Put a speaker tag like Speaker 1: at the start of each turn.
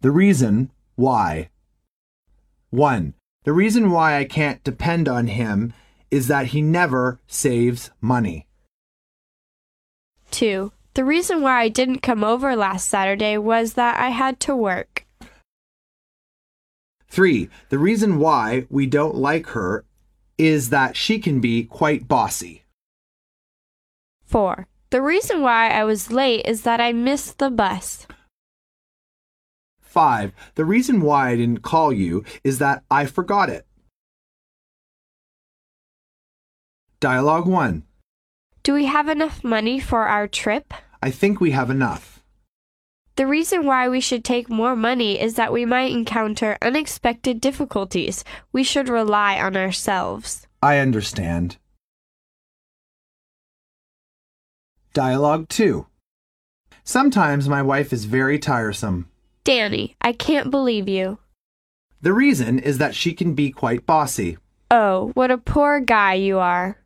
Speaker 1: The reason why. 1. The reason why I can't depend on him is that he never saves money.
Speaker 2: 2. The reason why I didn't come over last Saturday was that I had to work.
Speaker 1: 3. The reason why we don't like her is that she can be quite bossy.
Speaker 2: 4. The reason why I was late is that I missed the bus.
Speaker 1: 5. The reason why I didn't call you is that I forgot it. Dialogue 1.
Speaker 2: Do we have enough money for our trip?
Speaker 1: I think we have enough.
Speaker 2: The reason why we should take more money is that we might encounter unexpected difficulties. We should rely on ourselves.
Speaker 1: I understand. Dialogue 2. Sometimes my wife is very tiresome.
Speaker 2: Danny, I can't believe you.
Speaker 1: The reason is that she can be quite bossy.
Speaker 2: Oh, what a poor guy you are.